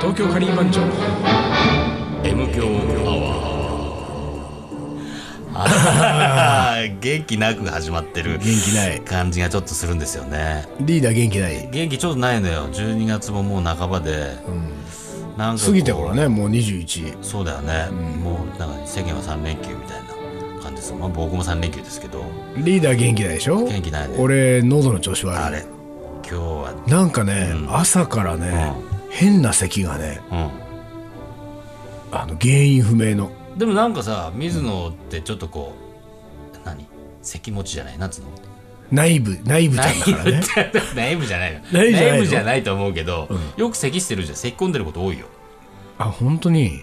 東京カリー番長 M 強アワー元気なく始まってる元気ない感じがちょっとするんですよねリーダー元気ない元気ちょっとないのよ12月ももう半ばで、なんかこう過ぎてからねもう21そうだよね、もうなんか世間は3連休みたいな感じですまあ僕も3連休ですけどリーダー元気ないでしょ元気ないね俺喉の調子あ悪れい今日はなんかね、朝からね、変な咳がねうあの原因不明のんでもなんかさ水野ってちょっとこう、何咳持ちじゃないなんつうの内部内部ちゃんだからね 内部じゃないよ内部じゃないの内部じゃないと思うけど、よく咳してるじゃん咳込んでること多いよあ本当に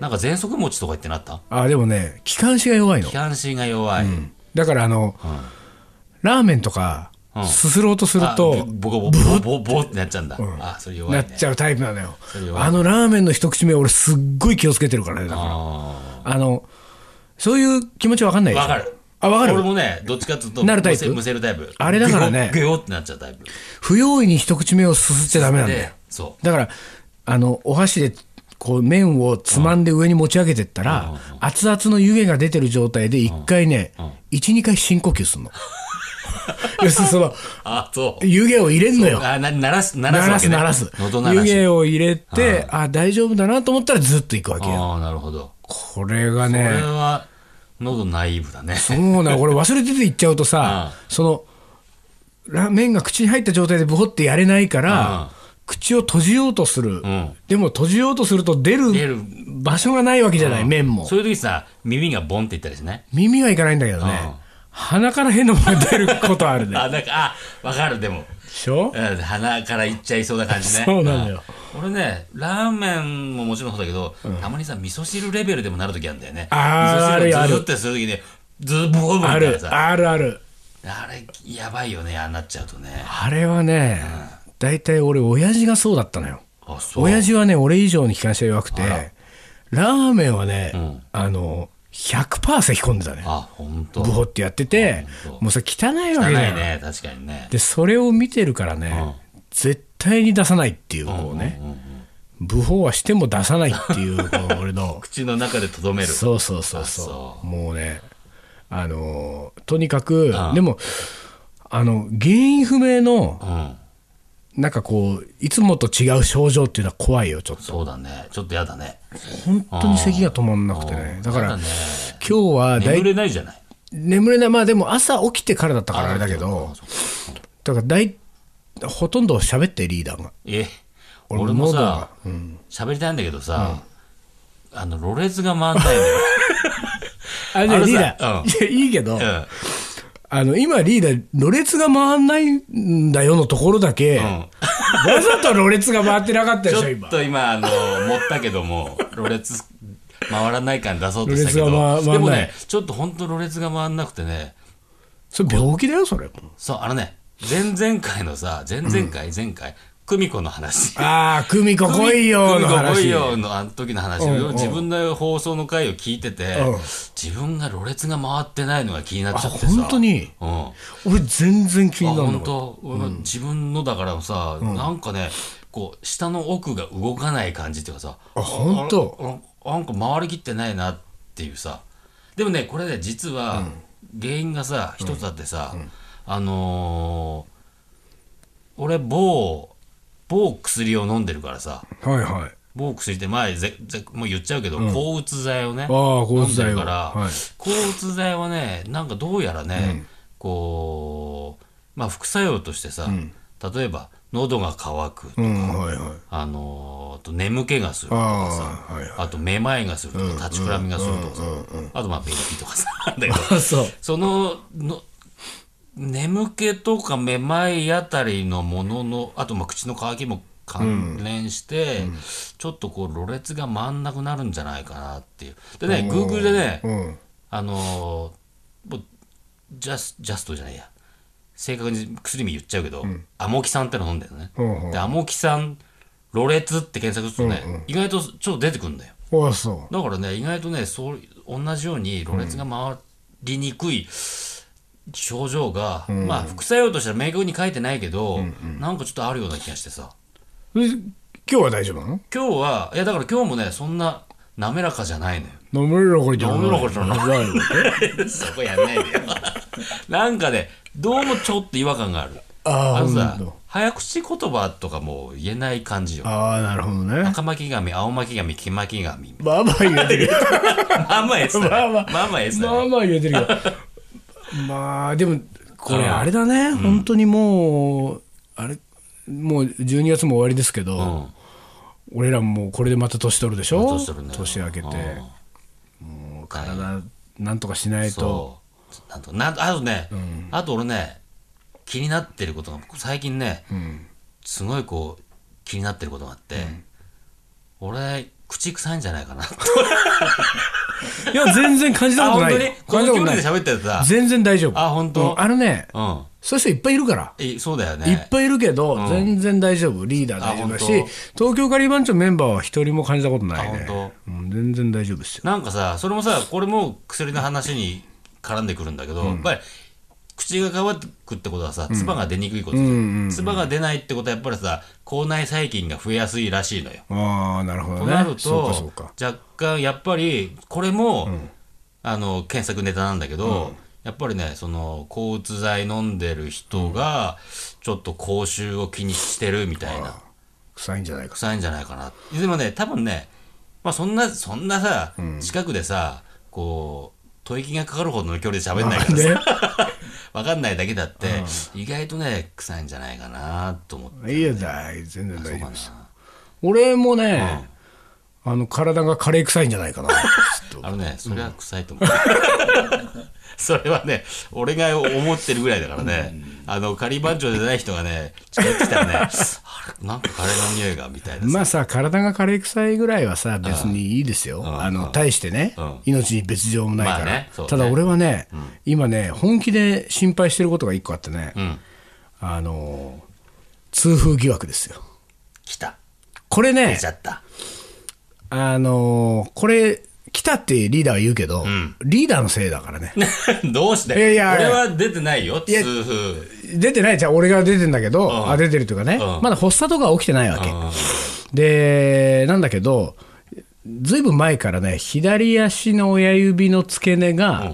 なんか喘息持ちとか言ってなったあでもね気管支が弱いの気管支が弱い、だからあの、ラーメンとか、うんすすろうとするあとボコボコボコボコってなっちゃうんだ、あそれ弱ないねっちゃうタイプなのよそれ弱いあのラーメンの一口目俺すっごい気をつけてるからねだからああのそういう気持ちわかんないーでしょわかるあわか俺るもねどっちかっていうとなるタイプむせむせるタイプあれだからねグヨグヨってなっちゃうタイプ不用意に一口目をすすっちゃダメなんだよでそうだからあのお箸でこう麺をつまんで上に持ち上げてったら、熱々の湯気が出てる状態で一回ね、一二回深呼吸するの 要するにそのあそう湯気を入れんのよあな鳴らす鳴ら鳴すらわけ、すね、鳴らす喉鳴湯らし気を入れて、あ大丈夫だなと思ったらずっと行くわけよああなるほどこれがこれねは喉内部だねそうなのこれ忘れてて行っちゃうとさうそのラ麺が口に入った状態でブホってやれないから口を閉じようとする、んでも閉じようとすると出出るる場所がないわけじゃない、麺もそういう時さ耳がボンっていったりしない耳はいかないんだけどね、うん鼻から変なものが出ることあるね あなんかあわかるでも、でしょうん、鼻からいっちゃいそうな感じねそうなのようん俺ねラーメンももちろんそうだけど、たまにさ味噌汁レベルでもなる時あるんだよねあー味噌汁あるあるズルってする時にズブホブみたあいなるさああるあるれやばいよねああなっちゃうとねあれはね、大体俺、親父がそうだったのよ。あそう親父はね、俺以上に機関車弱くて、ラーメンはね、んあの、100%咳込んでたね。あ本当ブホってやっててほん、ともうそれ汚いわ汚けいじゃん。ね確かにね。で、それを見てるからね、絶対に出さないっていう、こうね、ブホはしても出さないっていう、この俺の 口の中でとどめるそうそうそうあそそうもうねあのとにかくああでもあの原因不明のうんなんかこう、いつもと違う症状っていうのは怖いよ、ちょっと。そうだねちょっとやだね本当に咳が止まんなくてうねん。だかやら、ね今日はだい眠れないじゃない眠れない。まあでも朝起きてからだったからあれだけど、だから大、ほとんど喋って、リーダーが。え俺俺も喉さが喋、りたいんだけどさ、あのろれつが回んないのよ、あ、あのさリーダうー、いやいいけどう、 んあの、今リーダー、ろれつが回んないんだよのところだけ、わざとろれつが回ってなかったでしょ、ちょ今っ。と今あの持ったけどもろれつ回らない感出そうとしたけろれつがど回回んないでもねちょっと本当ろれつが回んなくてねそれ病気だよ、それ。そうあのね前々回のさ前々回前回、久美子 の話ああ、久美子来いよの久美子来い話。よのあの時の話、うんうん自分の放送の回を聞いてて、うん自分がろれつが回ってないのが気になっあ、ちゃってさ本当に。うん俺全然気になあらな本い当、自分のだからさ、なんかねこう下の奥が動かない感じっていうかさあ本当ああなんか回りきってないなっていうさでもねこれね実は原因がさ一つあってさ、あのー俺某某薬を飲んでるからさはいはい某薬って前ぜぜもう言っちゃうけど、抗うつ剤をねあー抗うつ剤を飲んでるから、はい抗うつ剤はねなんかどうやらね、こうまあ副作用としてさ、例えば喉が渇く、うんはいはいあのーあと眠気がするとかさああはいはいあとめまいがするとか立ちくらみがするとかさ、あとまあ便秘とかさなんだけどあそうそのの眠気とかめまいあたりのもののあとまあ口の渇きも関連して、ちょっとこうろれつが回んなくなるんじゃないかなっていうでねグーグルでね、うんあのーもうジャスジャストじゃないや正確に薬名言っちゃうけど、アモキ酸っての飲んだよね、うんうんでアモキ酸ろれつって検索するとね、意外とちょっと出てくるんだよああそだからね意外とねそう同じようにろれつが回りにくい症状が、まあ副作用としては明確に書いてないけど、なんかちょっとあるような気がしてさうそれ今日は大丈夫なの今日はいやだから今日もねそんな滑らかじゃないのよ飲めるのこれじゃない。飲めるのこれじゃないないわけ そこやんないでよ なんかねどうもちょっと違和感があるああ、あのほんさと。早口言葉とかもう言えない感じよああ、なるほどね。赤巻紙青巻紙黄巻 紙まあまあ言えてるよ。まあまあやつだねまあまあまあまあやつだねまあまあ言えてるよ。まあ、でも、これうんあれだね。本当にもう、あれ、もう12月も終わりですけど、うん俺らもこれでまた年取るでしょ年取るね明けて、もう体なんとかしないとそうなんとなんとあとね、あと俺ね気になってることが最近ね、すごいこう気になってることがあって、俺口臭いんじゃないかなっていや全然感じたことないよこ感のじ距たことな離でい喋ってたらさ全然大丈夫あ本当うんあのねうんそういう人いっぱいいるからえそうだいよっねぱいいるけど、全然大丈夫リーダー大丈夫だしあ本東京カリー番長メンバーは一人も感じたことないねあ本うん、全然大丈夫ですよなんかさそれもさこれも薬の話に絡んでくるんだけど、やっぱり口が乾くってことはさ唾が出にくいことじゃん唾が出ないってことはやっぱりさ口内細菌が増えやすいらしいのよああなるほどとねなるそうとかそうか若干やっぱりこれも、あの検索ネタなんだけど、やっぱりねその抗うつ剤飲んでる人がちょっと口臭を気にしてるみたいな、臭いんじゃないか臭いんじゃないかなでもね多分ね、まあ、そんなそんなさ、近くでさこう吐息がかかるほどの距離で喋んないからさ、わかんないだけだって、意外とね臭いんじゃないかなと思って。いやだい全然大丈夫ですそうかな俺もね、あの体がカレー臭いんじゃないかなち ょっとあのね、それは臭いと思う。 それはね、俺が思ってるぐらいだからね、あの、仮番長じゃない人がね、近寄ってきたらね、あれ、なんかカレーの匂いが、みたいなさ。まあさ体がカレー臭いぐらいはさ別にいいですよあの対してね、うん命に別状もないから、まあねそうねただ俺はね、今ね本気で心配してることが一個あってね、うん。あの痛風疑惑ですよ来た。これ出ねち ゃった。あのこれ来たってリーダーは言うけど、リーダーのせいだからねどうしていやいや俺は出てないよ、や痛風。出てないじゃあ俺が出てんだけど、あ出てるというかね、うんまだ発作とかは起きてないわけ、うんでなんだけどずいぶん前からね左足の親指の付け根が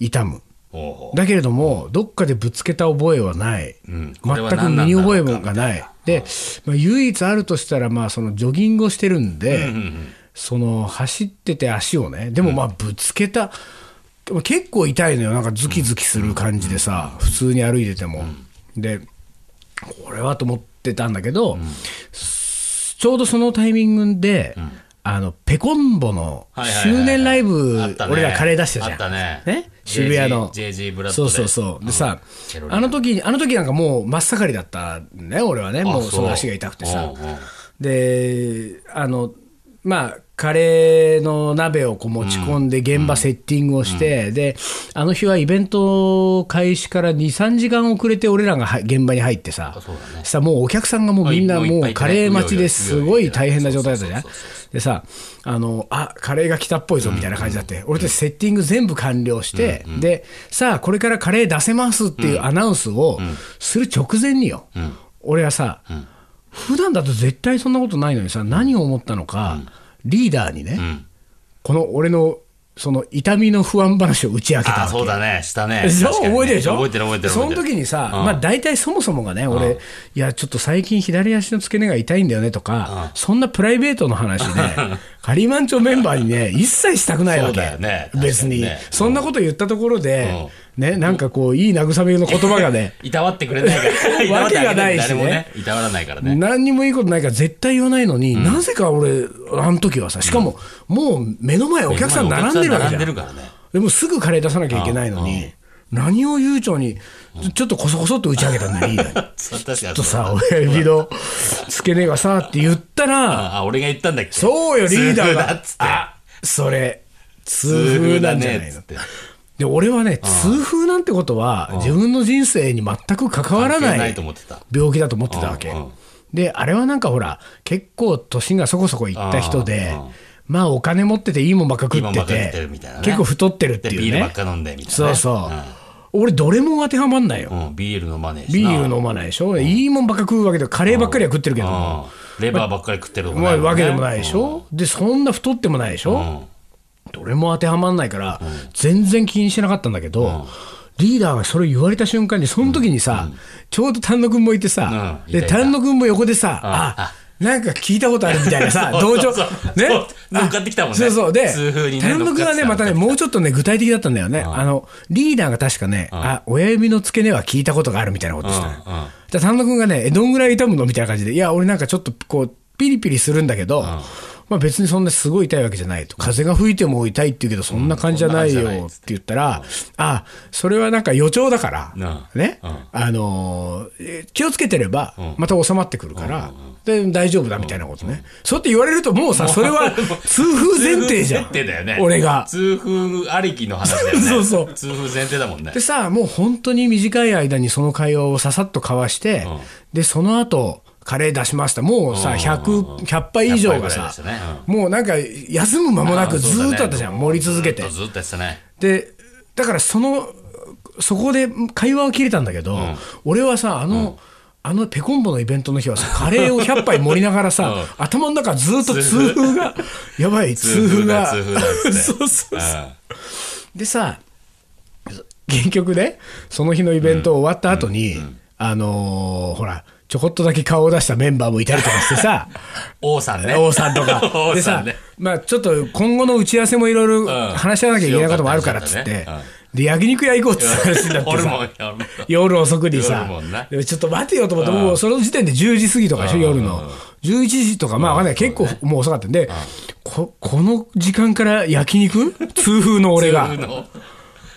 痛む、おうだけれども、どっかでぶつけた覚えはない、んこれ全はく何身なんだにろうか覚えもがないで、まあ、唯一あるとしたら、まあ、そのジョギングをしてるんで、その走ってて足をねでもまあぶつけた、結構痛いのよなんかズキズキする感じでさ、普通に歩いてても、でこれはと思ってたんだけど、ちょうどそのタイミングで、あのペコンボのはいはいはいはい周年ライブ、あったね俺らカレー出してたじゃんあったね渋谷の JG ブラッドそうでそうそうでさ、チェロリあの時にあの時なんかもう真っ盛りだったね俺はねもうあその足が痛くてさうんうんであのまあカレーの鍋をこう持ち込んで現場セッティングをして、であの日はイベント開始から23時間遅れて俺らがは現場に入ってさあそうだねさもうお客さんがもうみんなもういっもぱいういカレー待ちですごい大変な状態だったじゃんそうそうそうでさあのあカレーが来たっぽいぞみたいな感じだって、俺たちセッティング全部完了して、でさあこれからカレー出せますっていうアナウンスをする直前によ、俺はさ、普段だと絶対そんなことないのにさ何を思ったのか、リーダーにね、んこの俺のその痛みの不安話を打ち明けたあわけそうだね、したね。そう確かにね覚えてるでしょ覚えてる覚えてる。その時にさ、まあ大体そもそもがね、俺、いや、ちょっと最近左足の付け根が痛いんだよねとか、そんなプライベートの話 ね、カリーマン町メンバーにね、一切したくないわけ。そうだよね別に確かにねそんなこと言ったところで、ね、なんかこう、いい慰めの言葉が ね、いたわってくれな いから。わけがないしね誰もね、いたわらないからね。何にもいいことないから絶対言わないのに、なぜか俺、あの時はさ、しかも、もう目の前お客さん並んでるわけじゃお客さん並んでるからね。でもすぐカレー出さなきゃいけないのに、何を悠長に、ちょっとこそこそっと打ち上げたんだよ、リーダーに。そう確かにちょっとさ、親指の付け根がさって言ったら、あ、あ俺が言ったんだっけそうよ、リーダーが。痛風だっつって。あ、それ、痛痛風風なだんじゃねないっつのって。で、俺はね、痛風なんてことは、自分の人生に全く関わら関な係ないいと思ってた病気だと思ってたわけうんうん。で、あれはなんかほら、結構年がそこそこいった人でうんうん、まあお金持ってていいもんばっか食いいもっんばてっか食っててるみたいな、ね結構太ってるってで、いビうールばねっ。か飲んでみたいなね。そうそう。俺、どれも当てはまんないよう。ん。うん、ビール飲まねえしな。ビール飲まないでしょ、いいもんばっか食うわけで、カレーばっかりは食ってるけどうも、んレバーばっかり食ってるとかまないあんねわけでもないでしょ、でそんな太ってもないでしょ、うんどれも当てはまらないから、全然気にしてなかったんだけど、リーダーがそれ言われた瞬間に、その時にさ、ちょうど丹野くんもいてさ、うんいたいでた丹野くんも横でさ、あ、あなんか聞いたことあるみたいなさ そ同うそ情うそう、ねそう、乗っかあってきたもんねそうそう、で痛風に、ね丹野くんはね、乗っまかったてきたね、もうちょっとね、具体的だったんだよね、あのリーダーが確かね、あ親指の付け根は聞いたことがあるみたいなことでしたね。うんうんで丹野くんがね、えどんぐらい痛むのみたいな感じで、いや、俺なんかちょっとこう、ピリピリするんだけど、まあ別にそんなすごい痛いわけじゃないと、風が吹いても痛いって言うけど、そんな感じじゃないよって言ったら、あそれはなんか予兆だから、うんね、うんあのーえ気をつけてれば、また収まってくるから、で大丈夫だみたいなことね、そうやって言われると、もうさ、それは痛風前提じゃん痛風前提だよね、俺が。痛風ありきの話だよね そうそう痛風前提だもんねでさもう本当に短い間にその会話をささっと交わして、んでその後カレー出しましたもうさ、うん 100, 100杯以上がさ、 100杯ぐらいでしたねもうなんか休む間もなくずーっとあったじゃん、盛り続けてずっとずっとやってたねでだからそのそこで会話は切れたんだけど、俺はさあの、あのペコンボのイベントの日はさ、カレーを100杯盛りながらさ、頭の中ずっと痛風が、やばい、痛風が、痛風だ痛風だっつって そうそうそう。うんでさ結局ねその日のイベント終わった後に、あのーほらちょこっとだけ顔を出したメンバーもいたりとかして さ王さんね王さん とか 王でささんね、まあ、ちょっと今後の打ち合わせもいろいろん話し合わなきゃいけないこともあるからっつって、しようかって話だねで焼肉屋行こうって話 になって ホルモンさホルモン夜遅くにさホルモンな、でちょっと待てよと思って、もうその時点で10時過ぎとかでしょ、夜の。11時とか、まあわかんない、結構もう遅かったんで、ここの時間から焼肉痛風の俺が痛。風 の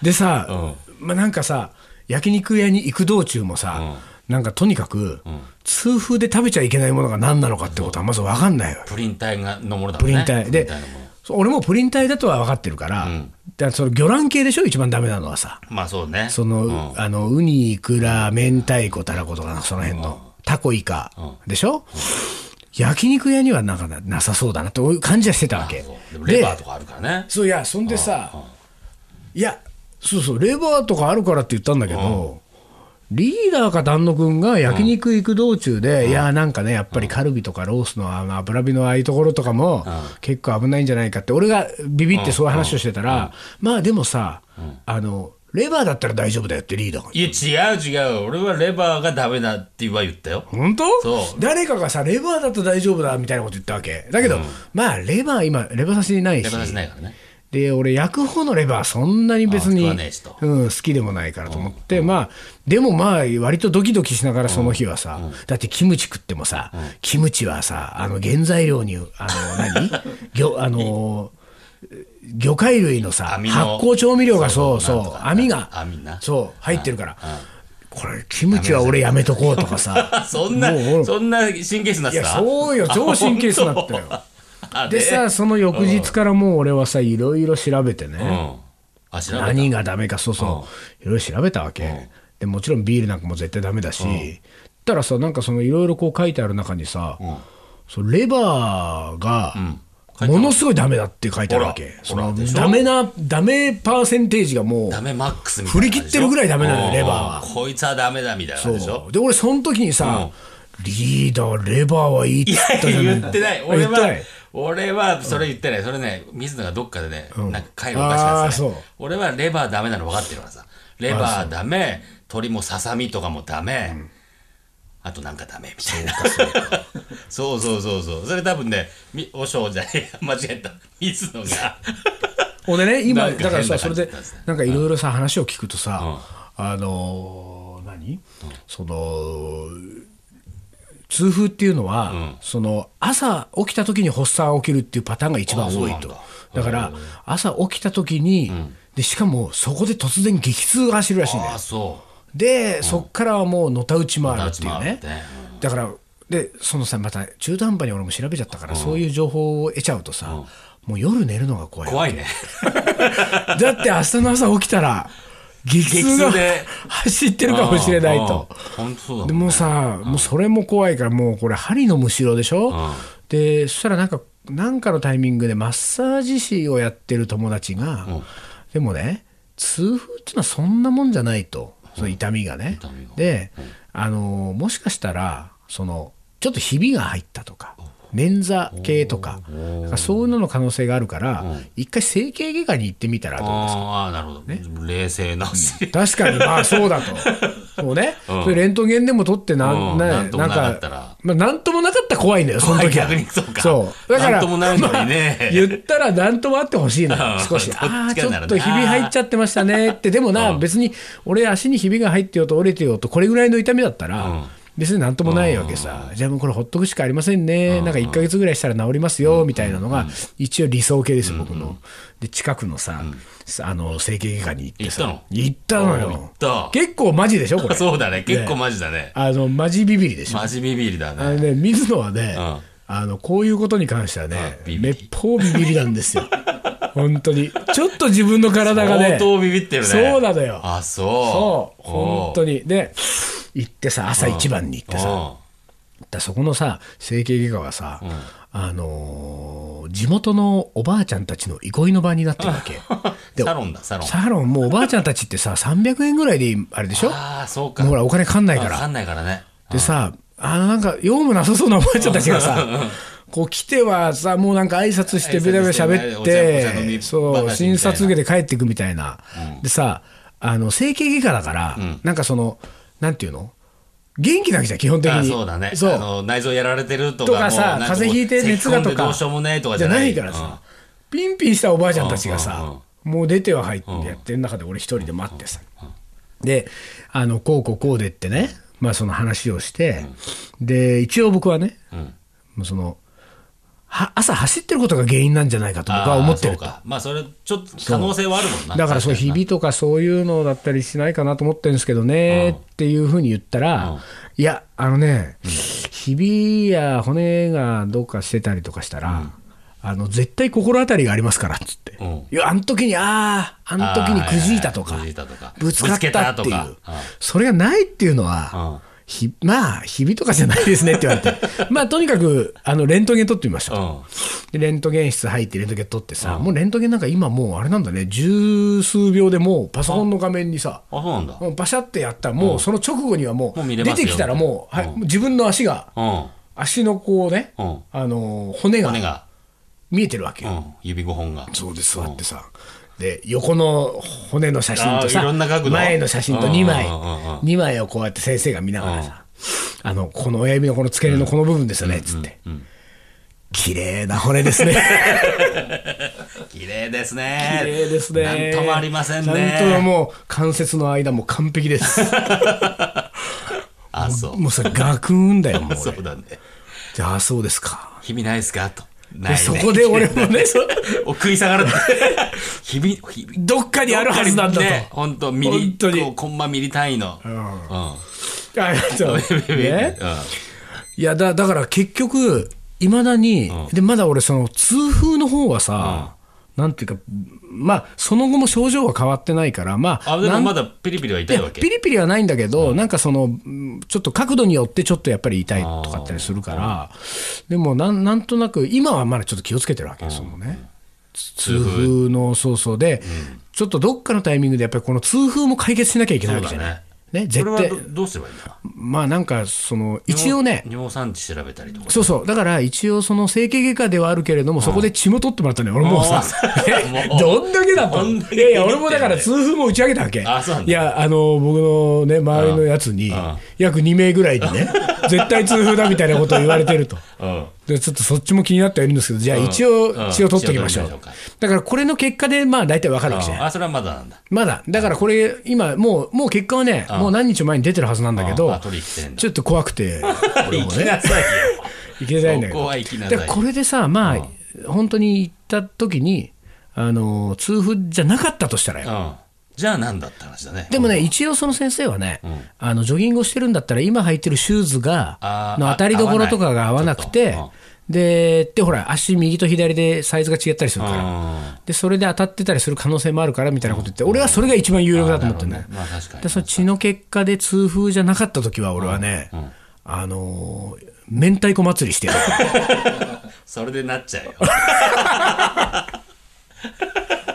でさ、まあ、なんかさ焼肉屋に行く道中もさ、なんかとにかく、痛風で食べちゃいけないものが何なのかってことはまず分かんないわよプリン体がのものだプもんリねン体でプリン体のものそう俺もプリン体だとは分かってるから,、だからその魚卵系でしょ一番ダメなのはさまあそうねその、あのウニイクラ明太子たらことかその辺の、タコイカ、でしょ、焼肉屋にはなんかななさそうだなという感じはしてたわけそうでもレバーとかあるからねそういやそんでさ、いやそうそうレバーとかあるからって言ったんだけど、リーダーか旦那君が焼肉行く道中で、いやなんかねやっぱりカルビとかロースのあの脂身のああいうところとかも結構危ないんじゃないかって俺がビビってそういう話をしてたら、まあでもさ、あのレバーだったら大丈夫だよってリーダーがいや違う違う俺はレバーがダメだっては言ったよ本当そう誰かがさレバーだと大丈夫だみたいなこと言ったわけだけど、まあレバー今レバー刺しないしレバーしないからね で俺焼く方のレバーそんなに別にあ食わねえしとうん、好きでもないからと思って、まあでもまあ割とドキドキしながらその日はさ、だってキムチ食ってもさ、キムチはさあの原材料にあ の何魚あの魚介類のさ網の発酵調味料がそうそそうなんとうか網が網なそう入ってるから、これキムチは俺やめとこうとかさ そんなもう俺そんな神経質になっいてやたそう よ超神経質だったよあでさその翌日からもう俺はさいろいろ調べてね、うんあ調べた何がダメかそうそういろいろ調べたわけ、でもちろんビールなんかも絶対ダメだし、たらさなんかそのいろいろこう書いてある中にさ、そのレバーが、ものすごいダメだって書いてあるわほけら。そほらのでしょダメな、ダメパーセンテージがもう、ダメマックスみたい振なり切ってるぐらいダメなのよレバーはうんこいつはダメだみたいな感じでしょで、俺その時にさ、リーダー、レバーはいいってい言っやたじゃない言ってないあ俺言ってなはい俺はそれ言ってないそれね水野がどっかでねなんか会話おかしあーなそんうですね俺はレバーダメなの分かってるからさレバーダメ鶏もささみとかもダメあとなんかダメみたいなそうそうそうそうそれ多分ねみおしょうじゃねえや間違えた水 野が俺ね今なんかだからさそ変れでな感じだったんですねなんかいろいろさ話を聞くとさ、あのー何、その痛風っていうのは、その朝起きた時に発作が起きるっていうパターンが一番多いあそうなんとだだから朝起きた時に、でしかもそこで突然激痛が走るらしいんだよああそで、そっからはもうのたうち回るっていうのたうねち回るねだからでそのさまた中途半端に俺も調べちゃったから、そういう情報を得ちゃうとさ、もう夜寝るのが怖いう怖いねだって明日の朝起きたら激痛が激痛で 走ってるかもしれ ないとうん。本当そうだでもんもうさ、もうそれも怖いからもうこれ針のむしろでしょ、でそしたらなんかなんかのタイミングでマッサージ師をやってる友達が、でもね痛風っていうのはそんなもんじゃないとその痛みがね、で、あのーもしかしたらそのちょっとひびが入ったとか捻挫系とかなんかそういうのの可能性があるから一回整形外科に行ってみたらどうですかああ、なるほど。冷静な。 確かにまあそうだとそうね、それレントゲンでも撮ってな,、うんん、ななんともなかったらなんかまあ、なんともなかったら怖いんだよその時は怖い逆にそうかだからなんともないのにねまあ言ったらなんともあってほ しいのようん少しどっちかああちょならっねとひび入っちゃってましたねってでもな、うん別に俺足にひびが入ってようと折れてようとこれぐらいの痛みだったら、うん別になんともないわけさ、じゃあもうこれほっとくしかありませんね、なんか1ヶ月ぐらいしたら治りますよみたいなのが、一応理想形ですよ、僕の。で、近くのさ、あの整形外科に行ってさ、行ったのおー行よっ。た結構マジでしょ、これ。 そうだね。結構マジだね。あのマジビビリでしょ。マジビビりだあのね。ね、水野はね、うんあのこういうことに関してはね、ビめビっぽうビビりなんですよ、本当に。ちょっと自分の体がね相、当ビビってるね。そうなのよあ、そう。そう、本当に。に。で、行ってさ、朝一番に行ってさ、だからそこのさ整形外科はさ、あのー地元のおばあちゃんたちの憩いの場になってるわけうんで サロンだ、サロン。サロンもうおばあちゃんたちってさ300円ぐらいであれでしょもああ、そううか。ほらお金かんないかわらかんないからね。でさあのなんか用もなさそうなおばあちゃんたちがさこう来てはさもうなんか挨拶して挨拶ベラベラ喋っしてお茶お茶飲みて話みそたいうな診察受けて帰っていくみたいな、でさあの整形外科だから、なんかそのなんていうの元気なわけじゃん基本的ああにそうだね。そうあの内臓やられてるとか。とかさもうなん風邪ひいて熱がとか咳込んでどうしようもないとかじじゃゃなないいからさ、ピンピンしたおばあちゃんたちがうんうんさ、もう出ては入ってやってる中で俺一人で待ってさ、であのこうこうこうでってね、まあ、その話をして、で一応僕はね、もうそのは朝走ってることが原因なんじゃないかとうん僕は思ってるあとあそうかまあそれちょっと可能性はあるもんなだからそう確ひにびとかそういうのだったりしないかなと思ってるんですけどねっていうふうに言ったら、いやあのね、ひびや骨がどうかしてたりとかしたら、あの絶対心当たりがありますからっつって、うんいやあの時にあああの時にくじいたとかあーはいはいくじいたとかぶつかったっていぶつけうたとかうんそれがないっていうのは、うひまあひびとかじゃないですねって言わ れてまあとにかくあのレントゲン取ってみましたと、うんでレントゲン室入ってレントゲン撮ってさ、もうレントゲンなんか今もうあれなんだね十数秒でもうパソコンの画面にさあそうなんだもうバシャってやったらもうその直後にはもうもう見れま出すよてきたらもう、はい、もう自分の足がうん足のこうね、うんあのー骨が骨が見えてるわけうよ、ん指5本がそうで座ってさ、で横の骨の写真とさあーいろんな角度前の写真と2枚、うんうんうんうん2枚をこうやって先生が見ながらさ、あのこの親指のこの付け根のこの部分ですよねっつって、綺麗な骨ですね綺麗ですね綺麗ですね。なんともありませんねなんとももう関節の間も完璧です。あそうもうそれガクーンだよ、もうそ俺。うだねじゃあ、そうですか。日々ないですかとなで、いねそこで俺もね、そ送り下がる 日々日々どっかにあるはずなんだと。ね本当ミ本リ当にこうコンマミリ単位のうん、あそうね うんいやだ、だから結局、いまだに、で、まだ俺、その、痛風の方はさ、なんていうか、まあ、その後も症状は変わってないから、まあ、あでなもんまだピリピリは痛いわけピリピリはないんだけど、なんかその、うんちょっと角度によってちょっとやっぱり痛いとかったりするから、でもなんなんとなく、今はまだちょっと気をつけてるわけ、そのね。痛風のそうそうで、ちょっとどっかのタイミングでやっぱりこの痛風も解決しなきゃいけないわけじゃない。ね絶それは対ど。どうすればいいんだまあなんか、その、一応ね、尿酸値調べたりとかそうそう、だから一応、その整形外科ではあるけれども、そこで血も取ってもらったのよ、俺もうさ、 えもうどんだけだどと。んだけいやいや、俺もだから、痛風も打ち上げたわけ。あそうなんだいや、あの、僕のね、周りのやつにん、約2名ぐらいにね、絶対痛風だみたいなことを言われてると。うんでちょっとそっちも気になってはいるんですけど、じゃあん一応うん血を取っておきましょ血を取うりましょ。だからこれの結果で、まあ大体わかるわけじゃないあそれはまだなんだまだ、だからこれ、今、もう、もう結果はね、もう何日前に出てるはずなんだけうんどあ取りに来てん、だちょっと怖くて、俺も 行きね、なさいよいけないんだけそどこは行きな。さいでこれでさ、まあ、本当に行った時に、あの、痛風じゃなかったとしたらよ。うんじゃあなんだって話だねでもね、一応その先生はね、あの、ジョギングをしてるんだったら、今履いてるシューズがあ、ーの当たりどころとかが合わなく合わてないちょっと、で、で、ほら、足右と左でサイズが違ったりするうかんら。で、それで当たってたりする可能性もあるから、みたいなこと言って、俺はそれが一番有力だと思ってんだよ。まあ確かにでその血の結果で痛風じゃなかった時は俺はね、あのー明太子祭りしてるそれでなっちゃうよ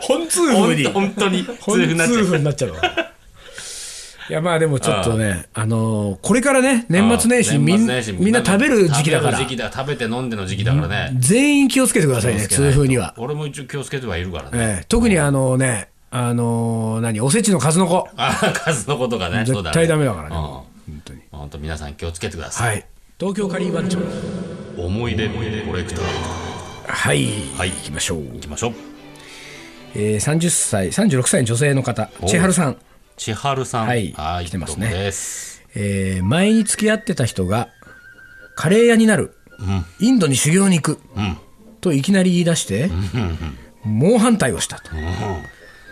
本痛 本当本当に痛本風になっちゃ痛う風になっちゃうわいやまあでもちょっとね、あのーこれからね、年末年始みん年末年始みんな食べる時期だから食べる時、期だ食べて飲んでの時期だからね、全員気をつけてくださいね、痛風には。俺も一応気をつけてはいるからね、ええ特にあのね、あのー何、おせちの数の子、あ数のことがねそう絶対ダメだからね、うん本当に。本当皆さん気をつけてください、はい。東京カリー番長。思い出コレクターはい、はい行きましょう。いきましょうえー、30歳、36歳の女性の方、千春さん。千春さんはいは来てますねどうもですえー前に付き合ってた人が、カレー屋になる、インドに修行に行く、といきなり言い出して、猛反対をしたと。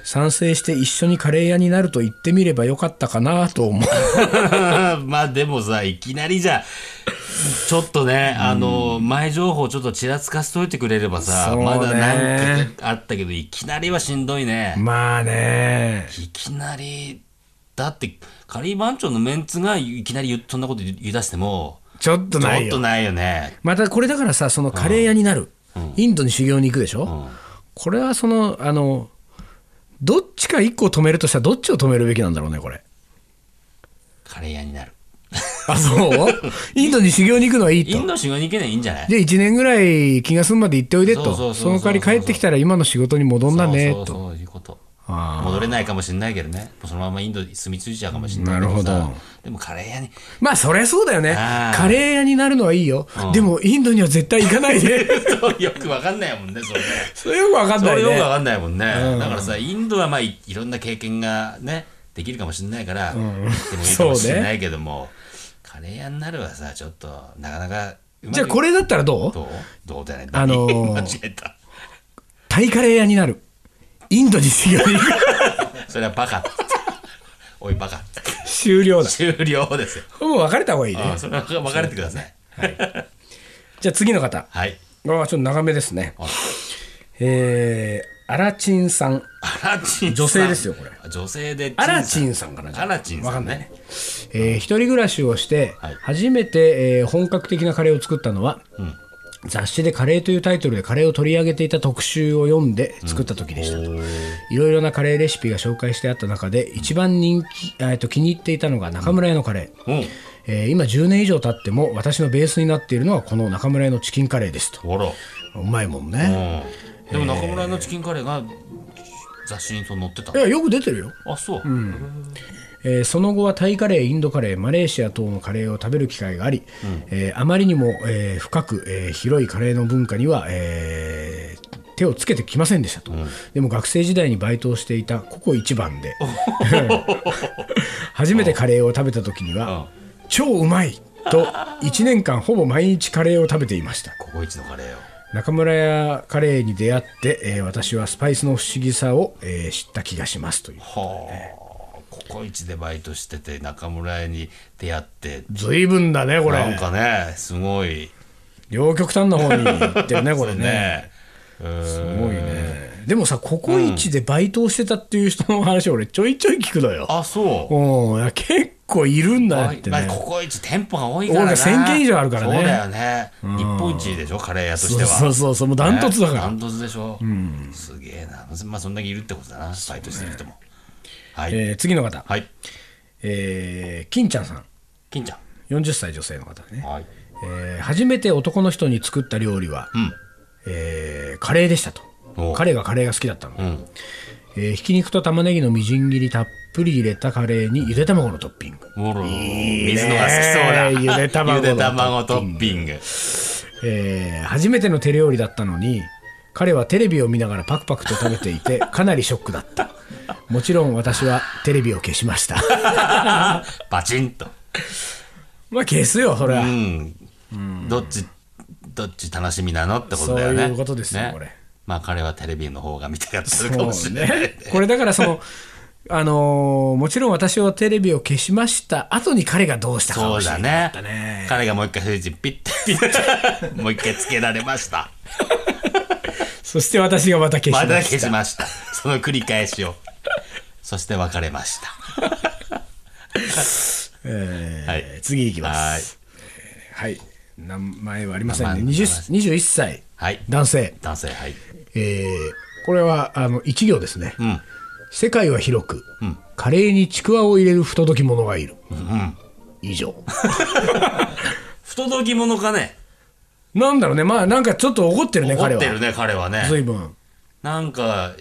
賛成して一緒にカレー屋になると言ってみればよかったかなと思う。 まあでもさいきなりじゃちょっとね、あの前情報ちょっとちらつかせといてくれればさ、そうねまだなんかあったけどいきなりはしんどいね、 まあね。いきなりだってカリー番長のメンツがいきなり言っそんなこと言い出してもちょっとちょないっよ。とないよねまたこれだからさ、そのカレー屋になる、インドに修行に行くでしょ、これはその、あの、どっちか一個止めるとしたらどっちを止めるべきなんだろうね、これ。カレー屋になるあ、そう インドに修行に行くのはいいと。インド修行に行けないいいんじゃないで1年ぐらい気が済むまで行っておいでそうそうそとうそうその代わり帰ってきたら今の仕事に戻んなねそうそうとそういうことあ戻れないかもしれないけどねもうそのままインドに住み着いちゃうかもしれないけどなるさほどでもカレー屋に まあそりゃそうだよねあーカレー屋になるのはいいよでもインドには絶対行かないでそうよくわかんないもんね それねそれよくわかんそなれいよくわねかんないもんね、だからさインドはまあいいろんな経験がねできるかもしれないから、でもいいかもしれないけども、カレー屋になるはさちょっとなかなかうまくじゃあこれだったらどうどうどうだねあのー間違えたタイカレー屋になるインドに修行に行くそれはバカ おいバカ終了だ 終了ですよもう別れた方がいいあねそれは分かれてくださいじゃあ次の方あはいーちょっと長めですねあらえーアラチンさんアラチンさん女性ですよこれ女性でアラチンさんかなじゃあアラチンさんねわかんないね、えー一人暮らしをして、はい初めて、えー本格的なカレーを作ったのは、雑誌で「カレー」というタイトルでカレーを取り上げていた特集を読んで作った時でしたと、いろいろなカレーレシピが紹介してあった中で一番人気、えーと気に入っていたのが中村屋のカレー、うんえー今10年以上経っても私のベースになっているのはこの中村屋のチキンカレーですとほらうまいもんね、でも中村屋のチキンカレーが雑誌にそう載ってたいやよく出てるよあそう、えーその後はタイカレー、インドカレー、マレーシア等のカレーを食べる機会があり、えーあまりにも、えー深く、えー広いカレーの文化には、えー手をつけてきませんでしたと、でも学生時代にバイトをしていたココ一番で 初めてカレーを食べた時には、超うまいと1年間ほぼ毎日カレーを食べていましたココイチのカレーを中村屋カレーに出会って、えー私はスパイスの不思議さを、えー知った気がしますというはあココイチでバイトしてて中村屋に出会って随分だねこれなんかねすごい両極端の方に行ってるね、これ ね。ねうんすごいね。でもさ、ココイチでバイトをしてたっていう人の話、俺、ちょいちょい聞くのよ。あそううん、いや結構いるんだってまあね。ココイチ店舗が多いから多ないから1000軒以上あるからねそうだよね、日本一でしょカレー屋としてはそうそうそうそうもうダントツだからダントツでしょ、すげえなまあそんだけいるってことだなバイトしてる人も、はい、えー次の方、はいえー金ちゃんさん、金ちゃ40歳女性の方ねん、はいえー初めて男の人に作った料理は、んえーカレーでしたとお。う彼がカレーが好きだったの。うんえーひき肉と玉ねぎのみじん切りたっぷり入れたカレーにゆで卵のトッピング。おろ水のが好きそうだゆで卵ゆので卵トッピングえー初めての手料理だったのに彼はテレビを見ながらパクパクと食べて いてかなりショックだったもちろん私はテレビを消しました バチンとまあ消すよそれは、うんどっちどっち楽しみなのってことだよねそういうことですよこれまあ彼はテレビの方が見たかったそうるかもしれないねこれだからそのあのーもちろん私はテレビを消しました後に彼がどうしたかそもうしだれないねったね彼がもう一回スイッチピッ てもう一回つけられましたそして私がまた 消しまました、た消しましたその繰り返しをそして別れましたえーはい次いきまはいすはい、名前はありません名ね前はありませ20 21歳はい男性男性はいえーこれはあの一行ですね、ん世界は広く、カレーにちくわを入れる不届き者がいる。以上。 不届き者かねなんだろうね、まあなんかちょっと怒ってるね、怒彼っては。るね彼はね随分。なんか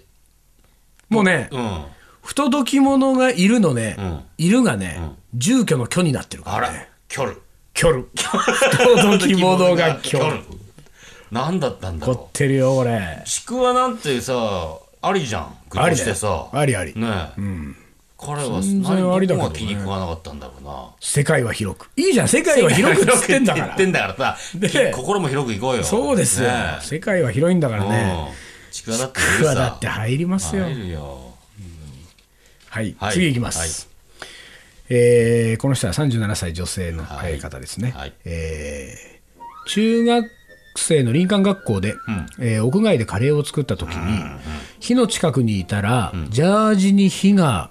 もうね、うん不届き者がいるのね、んいるがね、住居の居になってるかあららね。キョル居 る。不届き者が居る。何だったんだ怒ろってるよ、これう。ちくわなんてさありじゃんグあッりとだしよてさありあり。ねえ、彼は全然ありだけどね何どこが気に食わなかったんだろうな世界は広く。いいじゃん、世界は広くっつってんだか言らって。んだからさで心も広くいこうよそうですよね。世界は広いんだかえらね。うんちくわだってクワだって入りますよ。入るよはい、はい次いきます、えーこの人は37歳女性のはい方ですね、はいえー中学生の林間学校で、えー屋外でカレーを作った時に、火の近くにいたら、ジャージに火が、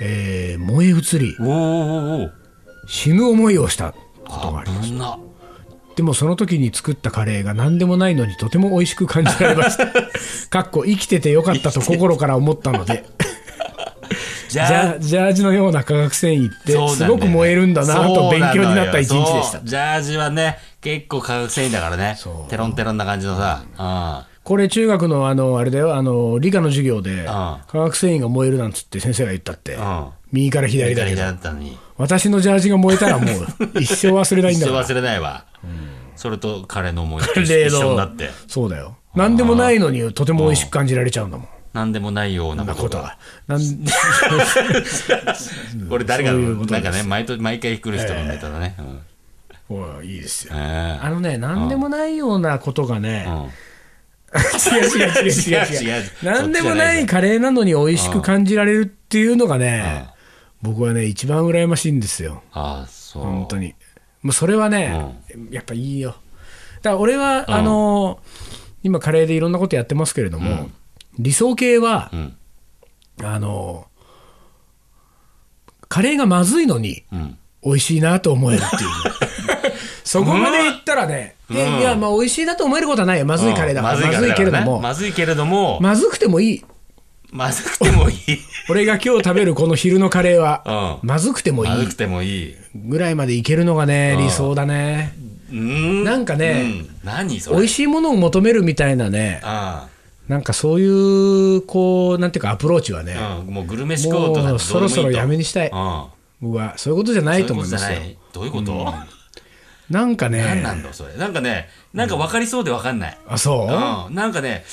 えー燃え移りおーおー死ぬ思いをしたことおがおあり危なでもその時に作ったカレーが何でもないのにとても美味しく感じられました かっこ生きててよかったと心から思ったのでじジゃあャジャージのような化学繊維ってそうなんだすごよねく燃えるんだなと勉強になった一そう日のでよしたそうジャージはね結構化学繊維だからねそうテロンテロンな感じのさうこれ中学のあのあれだよあの理科の授業で化学繊維が燃えるなんつって先生が言ったってん右からん左だ左けどだったのに私のジャージが燃えたらも う一生忘れないん一だ生から忘れないわそれと彼の思いカ出レー一の緒になってそうだよ何でもないのにとても美味しく感じられちゃうんだもん何でもないようななここととががなんこれ誰かそうのいうことなでんすかね毎年毎回来る人のネタだねうん おいいいですよえあのね何でもないようなことがね、えうん 違う違う違う違う違う違違うう何でもないカレーなのに美味しく感じられるっていうのがね、僕はね一番羨ましいんですよああそう本当にもうそれはね、やっぱいいよだから俺は、あの今カレーでいろんなことやってますけれども、理想系は、んあのカレーがまずいのにうん美味しいなと思えるっていう ねそこまでいったらね、いやいやまあ美味しいなと思えることはないよまずいカレーだから、うんまずいけれども、まずいけれどもまずくてもいい。まずくてもいい俺が今日食べるこの昼のカレーは、うまずくてもいまずいくてもいいぐらいまでいけるのがね、理想だね。うんなんかねうん何それ美味しいものを求めるみたいなね、あなんかそういう、こう、なんていうかアプローチはね、あうんもうグルメ思考とかもうそろそろやめににしたい。うん僕は、そういうことじゃないと思いますそうよう。ことじゃないどういうこと、なんか何なね、んだそれなんかねなんか分かりそうで分かんない、あ、そううん、なんかね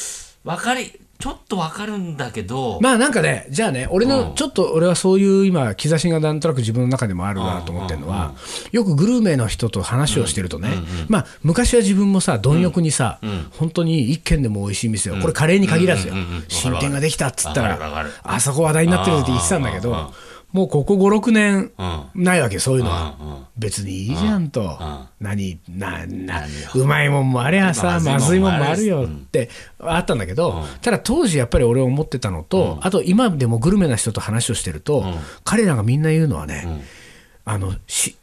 分かりちょっと分かるんだけど、まあなんかね、じゃあね、俺うの、んちょっと俺はそういう今、兆しがなんとなく自分の中でもあるなと思ってるのは、よくグルメの人と話をしてるとね、まあ昔は自分もさ、貪欲にさ、本当に一軒でも美味しい店を、これカレーに限らずようんうんうんうんわか、る新店ができたっつったわかるわからる、あそこ話題になってるって言ってたんだけうんうんうんど、もうここ5、6年うん、ないわけ、そういうのは。うんうん別にいいじゃんとうんうん、何、な、な何よ、うまいもんもありゃさ、ままずずいいももんんももああるるよってあったんだけど、ただ当時やっぱり俺思ってたのと、あと今でもグルメな人と話をしてると、彼らがみんな言うのはね、あの、し、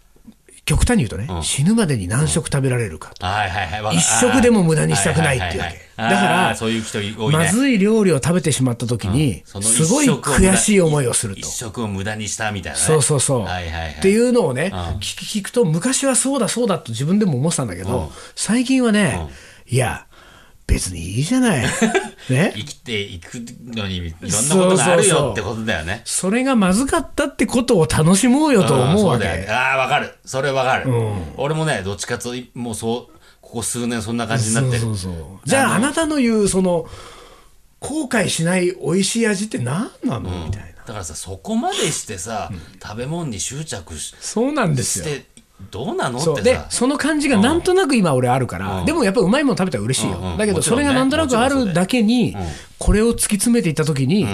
極端に言うとね、死ぬまでに何食食べられるかと。はいはいはいわか一食でも無駄にしたくないっていうわけ。はだいはいかはいはいあーら、そういう人多いねまずい料理を食べてしまった時に、その一すごい食を無駄悔しい思いをすると一。食を無駄にしたみたいなねそうそうそう。はいはいはいっていうのをね、ん聞き聞くと、昔はそうだそうだと自分でも思ってたんだけど、最近はね、いや、別にいいじゃ ない。ね生。きていくのにいろんなことがあるよってことだよねそれがまずかったってことを楽しもうよと思うわんそだよねけ。ああわかるそれわかる、俺もねどっちかというともうそうここ数年そんな感じになってるそうそうそうじゃあ、あなたの言う、その、後悔しない美味しい味って何なの、みたいな。だからさそこまでしてさ、食べ物に執着しそうなんですしよ。てどうなのっそうてでさその感じがなんとなく今俺あるから、でもやっぱうまいもの食べたら嬉しいよ、うんうんだけどもちそろんれねがなんとなくあるだけに、これを突き詰めていった時に、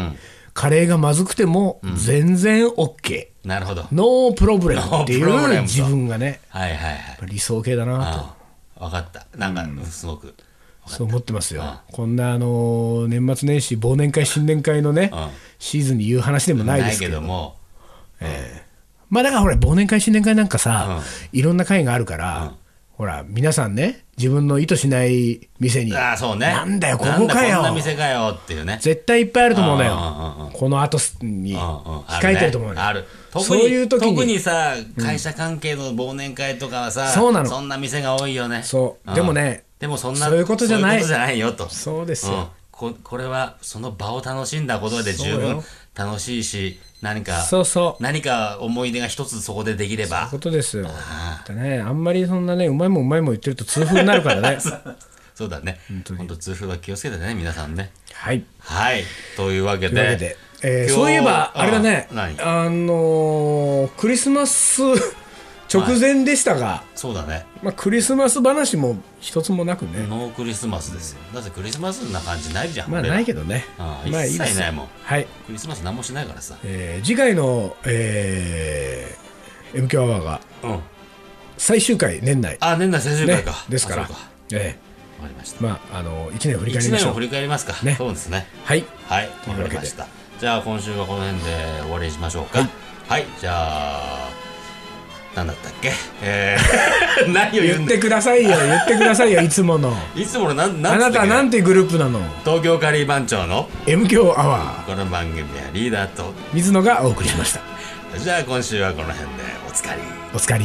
カレーがまずくても全然 OK、なるほどはいノープロブレムっていノープロブうレムと自分がねはいはいやっぱ理想形だなと。ああ分かったなんか、すごくそう思ってますよ、こんなあのー年末年始、忘年会、新年会のね、うんシーズンに言う話でもないですけど、もまあだからほら、忘年会、新年会なんかさ、いろんな会があるから、ほら、皆さんね、自分の意図しない店に、ああ、そうね。なんだよここかよなんだこんな店かよっていうね。絶対いっぱいあると思うのうんうんよ。この後にうんうんあ控えてると思うのねよ。ある。特にそういう時に特にさ、会社関係の忘年会とかはさ、そうなのんな店が多いよね。そう。んでも、ね、でもそんな、そういうことじゃないそういうことじゃないよと。そうですうんよ。ここれはその場を楽しんだことで十そう分よ楽しいし何かそうそう。何か思い出が一つそこでできればことですよ。だね、あんまりそんなね、うまいもんうまいもん言ってると痛風になるから ね。そうだね本当痛風は気をつけてね皆さんねはい。はいというわけというわけでで、えー今日そういえば、うんあれだね、何あのークリスマス 直前でしたが、そうだねまあ、クリスマス話も一つもなくね、ノークリスマスですよだってクリスマスな感じないじゃんまあ俺らないけどね、ああまあ一です切ないもんはい、クリスマス何もしないからさえー次回の、えー、MQ アワーがうん最終回年内、あ年内最終回かねですからあそうわえかりましーたまああの1年を振り返り一まし年ょを振うり返りますかねそうですねはいはい、というわわかけでりました。じゃあ今週はこの辺で終わりにしましょうか。ははいい、じゃあ、なんだったっけえー、 何を言う言んっだてください よ言ってくださいよいつものいつものなん、なあんつなったたっけなんてグループなの東京カリー番長の MQ アワこの番組はリーダーと、ー水野がお送りしましたじゃあ今週はこの辺でおつかり。お疲れ